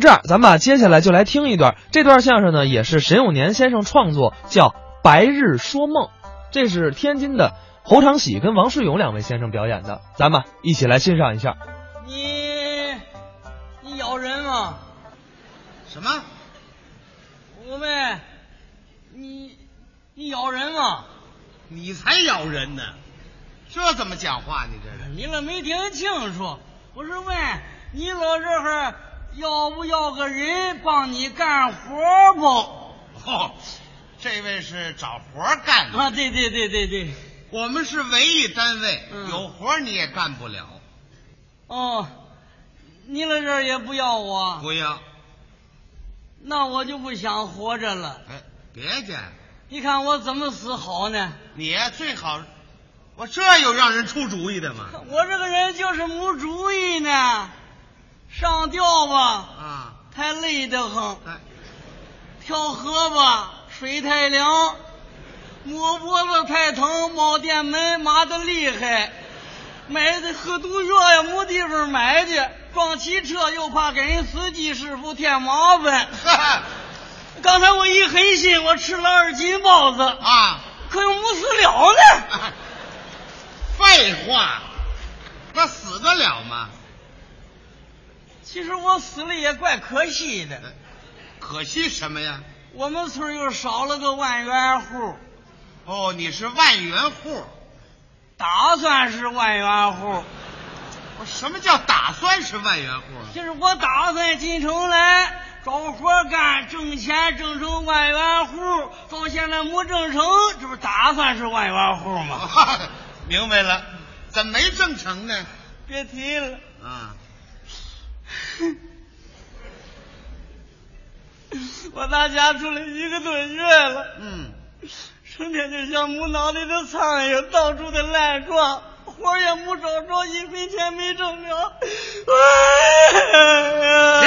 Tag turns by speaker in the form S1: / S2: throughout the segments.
S1: 这样，咱们啊，接下来就来听一段。这段相声呢，也是沈永年先生创作，叫《白日说梦》，这是天津的侯长喜跟王世勇两位先生表演的。咱们一起来欣赏一下。
S2: 你你咬人吗？
S3: 什么？
S2: 五妹，你你咬人吗？
S3: 你才咬人呢！这怎么讲话？你这是
S2: 你了没听清楚？我说喂，你老这会儿要不要个人帮你干活不？
S3: 哦，这位是找活儿干的，
S2: 啊，对对对对对，
S3: 我们是文艺单位，
S2: 嗯
S3: 有活儿你也干不了。
S2: 哦，你老这儿也不要我，
S3: 不要，
S2: 那我就不想活着了。
S3: 哎，别介，
S2: 你看我怎么死好呢？
S3: 你最好，我这有让人出主意的吗？
S2: 我这个人就是没主意呢，上吊吧，
S3: 啊，
S2: 太累得很。
S3: 哎，
S2: 跳河吧，水太凉；摸脖子太疼，冒电门麻的厉害。买的喝毒药也没地方买去，撞汽车又怕给人司机师傅添麻烦。
S3: 哈哈
S2: 刚才我一狠心，我吃了二斤包子，
S3: 啊，
S2: 可又没死了呢。
S3: 哎废话，那死得了吗？
S2: 其实我死了也怪可惜的
S3: 哎，可惜什么呀？
S2: 我们村儿又少了个万元户，
S3: 哦，你是万元户。
S2: 打算是万元户。
S3: 我什么叫打算是万元户啊？
S2: 就是我打算进城来找活干，挣钱挣成万元户，到现在没挣成，这不打算是万元户吗？
S3: 啊 明白了，怎么没挣成呢？
S2: 别提了，
S3: 啊，
S2: 我到家住了一个多月了，
S3: 嗯，
S2: 成天就像没脑袋的苍蝇，到处的乱撞，活儿也没找着，一分钱没挣着。
S3: 别胡
S2: 别
S3: 了，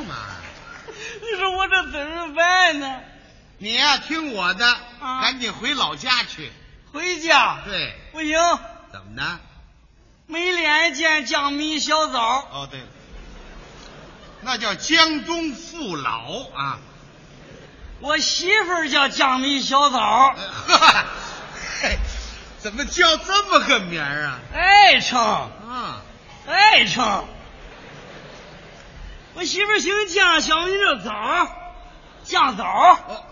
S3: 干嘛呀？
S2: 你说我这怎么办呢？
S3: 你呀、听我的，
S2: 啊
S3: 赶紧回老家去。
S2: 回家
S3: 对，
S2: 不行，
S3: 怎么呢？
S2: 没脸见江民小枣。
S3: 哦，对了，那叫江东父老啊。
S2: 我媳妇儿叫江米小枣
S3: 哎，呵嘿，怎么叫这么个名儿啊？
S2: 爱称
S3: 啊，
S2: 爱称。我媳妇儿姓江，小名叫枣，酱枣。
S3: 哦，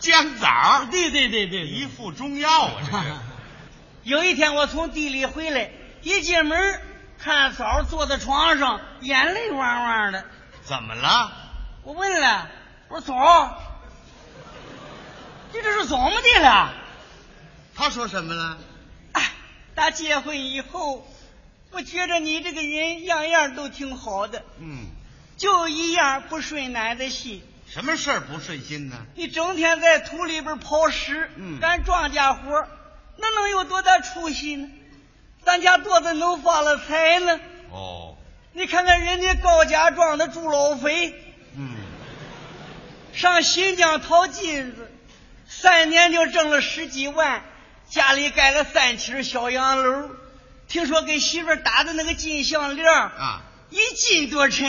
S3: 姜枣儿，
S2: 对对对对
S3: 一
S2: 对。
S3: 副中药啊，这是。
S2: 有一天我从地里回来，一进门看枣坐在床上，眼泪汪汪的。
S3: 怎么了？
S2: 我问了，我说枣，你这是怎么的了？
S3: 他说什么了？
S2: 哎，打结婚以后，我觉着你这个人样样都挺好的，
S3: 嗯，
S2: 就一样不顺男的心。
S3: 什么事儿不顺心呢？
S2: 你整天在土里边刨食，
S3: 嗯
S2: 干庄稼活儿，那能有多大出息呢？咱家多的能发了财呢。
S3: 哦，
S2: 你看看人家高家庄的朱老肥，
S3: 嗯，
S2: 上新疆淘金子，三年就挣了十几万，家里盖了三尺小洋楼。听说给媳妇儿打的那个金项链儿
S3: 啊，
S2: 一斤多沉。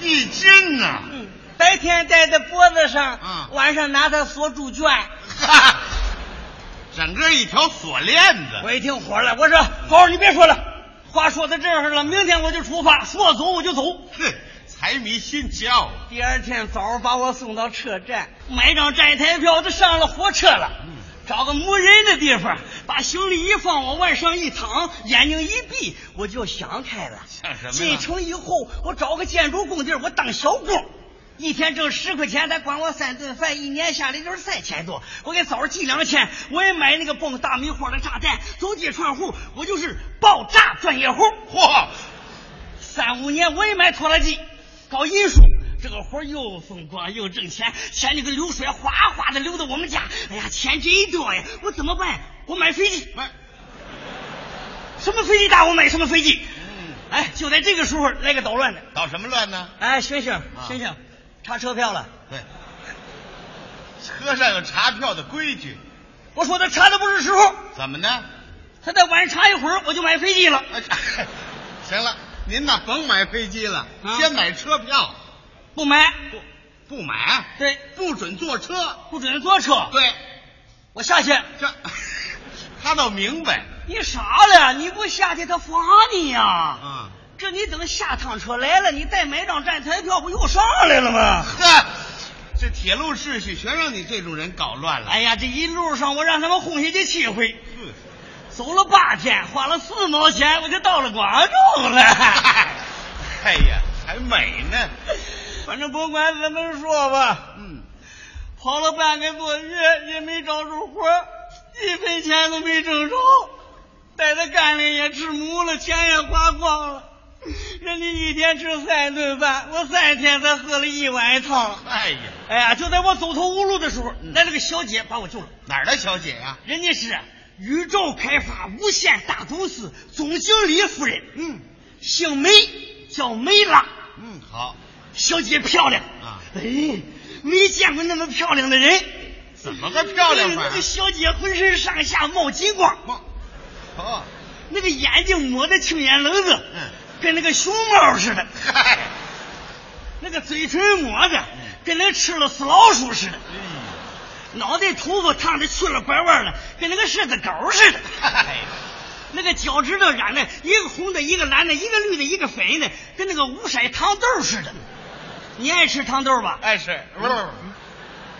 S3: 一斤呢、
S2: 嗯，白天戴在脖子上，
S3: 啊
S2: 晚上拿它锁猪圈。
S3: 哈， 整个一条锁链
S2: 我
S3: 子。
S2: 一听火了，我说：“好，你别说了，话说到这儿了，明天我就出发，说走我就走。
S3: 哼，财迷心窍。”
S2: 第二天早上把我送到车站，买张站台票，就上了火车了。找个没人的地方，把行李一放，往往上一躺，眼睛一闭，我就想开了。
S3: 想什么呀
S2: 进城以后，我找个建筑工地儿，我当小工，一天挣十块钱，他管我三顿饭，一年下来就是三千多。我给嫂儿寄两千，我也买那个蹦大米花的炸弹，走街串户，我就是爆炸专业户。
S3: 嚯，
S2: 三五年我也买拖拉机，搞运输，这个活儿又风光又挣钱，钱就跟流水哗哗的流到我们家。哎呀，钱真多呀！我怎么办？我买飞机，
S3: 哎
S2: 什么飞机大我买什么飞机。
S3: 嗯，
S2: 哎，就在这个时候来个捣乱的，
S3: 捣什么乱呢？
S2: 哎，醒醒
S3: 啊
S2: 醒醒，查车票了。
S3: 对，车上有查票的规矩，
S2: 我说他查的不是时候，
S3: 怎么呢？
S2: 他再晚查一会儿我就
S3: 哎
S2: 买飞机了。
S3: 哎，行了，您呐甭买飞机了，
S2: 啊
S3: 先买车票。
S2: 不买，
S3: 不不买，啊
S2: 对，
S3: 不准坐车。
S2: 不准坐车。
S3: 对，
S2: 我下去。
S3: 这 他倒明白。
S2: 你傻了呀？你不下去，他罚你呀、
S3: 啊，
S2: 这你等下趟车来了，你再买张站台票，不又上来了吗？
S3: 呵， 这铁路秩序全让你这种人搞乱了。
S2: 哎呀，这一路上我让他们轰下去七回，
S3: 嗯，
S2: 走了八天，花了四毛钱，我就到了 广州了。
S3: 哎呀，还美呢。
S2: 反正甭管怎么说吧，
S3: 嗯，
S2: 跑了半个多月也没找着活儿，一分钱都没挣着，待在干里也吃母了，钱也花光了。人家一天吃三顿饭，我三天才喝了一碗汤。
S3: 哎呀，
S2: 哎呀，就在我走投无路的时候，
S3: 嗯
S2: 来了个小姐把我救了。
S3: 哪儿的小姐呀、
S2: 人家是啊宇宙开发无限大都市总经理夫人，
S3: 嗯
S2: 姓梅，叫梅拉。
S3: 嗯，好，
S2: 小姐漂亮
S3: 啊
S2: 哎，没见过那么漂亮的人。哎
S3: 怎么个漂亮法
S2: 那个小姐浑身上下冒金光，
S3: 哇，哦，
S2: 那个眼睛抹的青眼棱子，
S3: 嗯，
S2: 跟那个熊猫似的；
S3: 嗨，
S2: 那个嘴唇抹的跟那吃了死老鼠似的；
S3: 嗯，
S2: 脑袋头发烫的去了拐弯了，跟那个狮子狗似的。
S3: 嗨，
S2: 那个脚趾头染的，一个红的，一个蓝的，一个绿的，一个粉的，跟那个五色糖豆似的。你爱吃糖豆吧？
S3: 哎是，不是，
S2: 嗯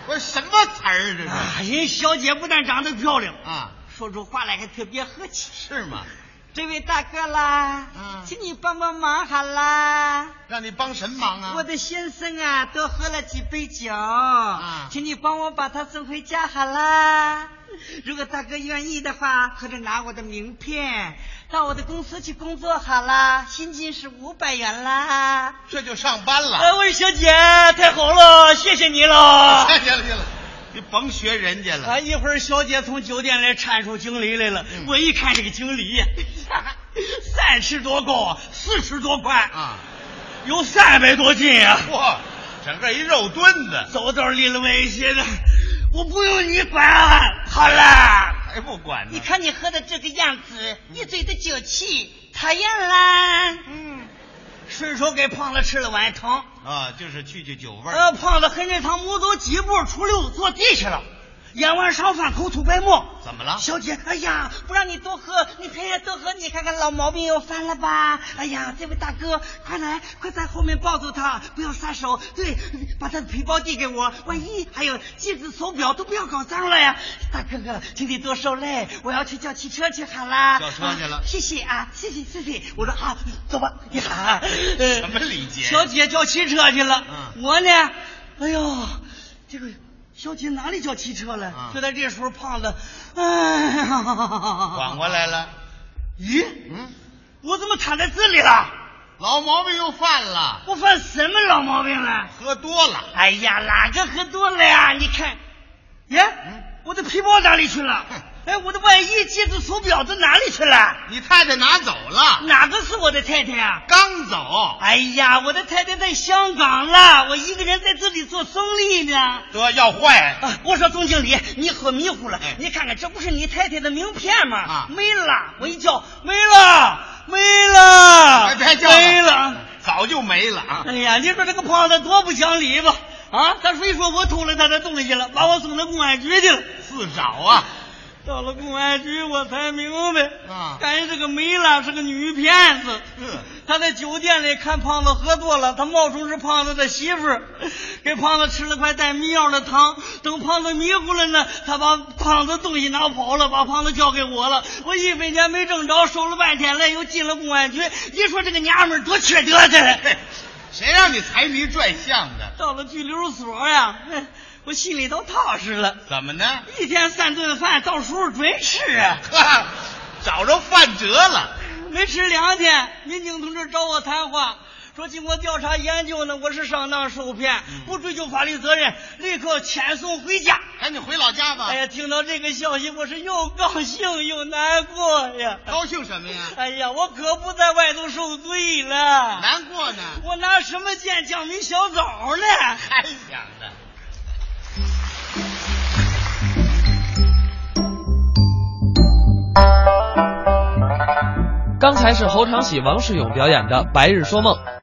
S3: 不是什么词儿这
S2: 啊，人小姐不但长得漂亮，
S3: 啊？
S2: 说出话来还特别和气。
S3: 是吗？
S2: 这位大哥啦，
S3: 嗯
S2: 请你帮帮忙好啦！
S3: 让你帮什么忙啊？
S2: 我的先生啊，多喝了几杯酒，
S3: 啊
S2: 请你帮我把他送回家 好啦。如果大哥愿意的话，可以拿我的名片到我的公司去工作好啦，薪金是五百元啦。
S3: 这就上班了。
S2: 哎，我说小姐，太好了，谢谢 你了。
S3: 哎行了行了，你甭学人家了。
S2: 啊，一会儿小姐从酒店来搀出经理来了。
S3: 嗯
S2: 我一看这个经理 呀，三尺多高，四尺多宽，
S3: 啊，
S2: 有三百多斤呀、
S3: 嚯，整个一肉墩子，
S2: 走道立了歪斜的，我不用你管、啊，好啦。
S3: 还不管呢？
S2: 看你喝的这个样子，一嘴的酒气，讨厌啦。
S3: 嗯，
S2: 顺手给胖子吃了碗汤，
S3: 啊，就是去去酒味儿。
S2: 呃，胖子跟着他母走几步，出溜坐地下了，眼望上饭，口吐白沫。
S3: 怎么了？
S2: 小姐，哎呀，不让你多喝，你陪着多喝，你看看老毛病又犯了吧？哎呀，这位大哥，快来，快在后面抱住他，不要撒手。对，把他的皮包递给我，万一还有戒指、手表都不要搞脏了呀。大哥哥，请你多受累，我要去叫汽车去好啦。
S3: 叫车去了
S2: 啊谢谢啊，谢谢谢谢。我说好，走吧。呀，呃
S3: 什么礼节
S2: 小姐叫汽车去了，
S3: 嗯
S2: 我呢，哎呦，这个小姐哪里叫汽车了？
S3: 嗯
S2: 就在这时候，胖子，哎呀，
S3: 缓过来了。
S2: 咦，
S3: 嗯，
S2: 我怎么躺在这里了？
S3: 老毛病又犯了，
S2: 我犯什么老毛病了？
S3: 喝多了。
S2: 哎呀，哪个喝多了呀？你看，耶，
S3: 嗯
S2: 我的皮包哪里去了
S3: 哼？
S2: 哎，我的外衣、戒指、手表都哪里去了？
S3: 你太太拿走了，
S2: 哪个是我的太太啊？
S3: 刚走。
S2: 哎呀，我的太太在香港了，我一个人在这里做生意呢。
S3: 得要坏，
S2: 啊！我说总经理，你喝迷糊了
S3: 哎，
S2: 你看看这不是你太太的名片吗？
S3: 啊
S2: 没了！我一叫没了，没了，
S3: 哎别叫
S2: 没了。，
S3: 早就没了啊
S2: 哎！呀，你说这个胖子多不讲理吧？啊，他非说我偷了他的东西了，把我送到公安局去了。
S3: 自找啊！
S2: 到了公安局，我才明白，
S3: 啊
S2: 感觉这个梅拉是个女骗子。
S3: 嗯
S2: 她在酒店里看胖子喝多了，她冒充是胖子的媳妇儿，给胖子吃了块带迷药的汤。等胖子迷糊了呢，她把胖子东西拿跑了，把胖子交给我了。我一分钱没挣着，收了半天来，又进了公安局。你说这个娘们儿多缺德的！
S3: 嘿谁让你财迷转向的？
S2: 到了拘留所呀、哎我心里都踏实了。
S3: 怎么呢？
S2: 一天三顿饭，到时候准吃啊！
S3: 哈，找着饭辙了。
S2: 没吃两天，民警同志找我谈话，说经过调查研究呢，我是上当受骗，不追究法律责任，立刻遣送回家。
S3: 赶紧回老家吧。
S2: 哎呀，听到这个消息，我是又高兴又难过呀！
S3: 高兴什么呀？
S2: 哎呀，我可不在外头受罪了，
S3: 难过呢，
S2: 我拿什么见江米小枣呢？
S3: 还想着。
S1: 刚才是侯长喜、王世勇表演的《白日说梦》。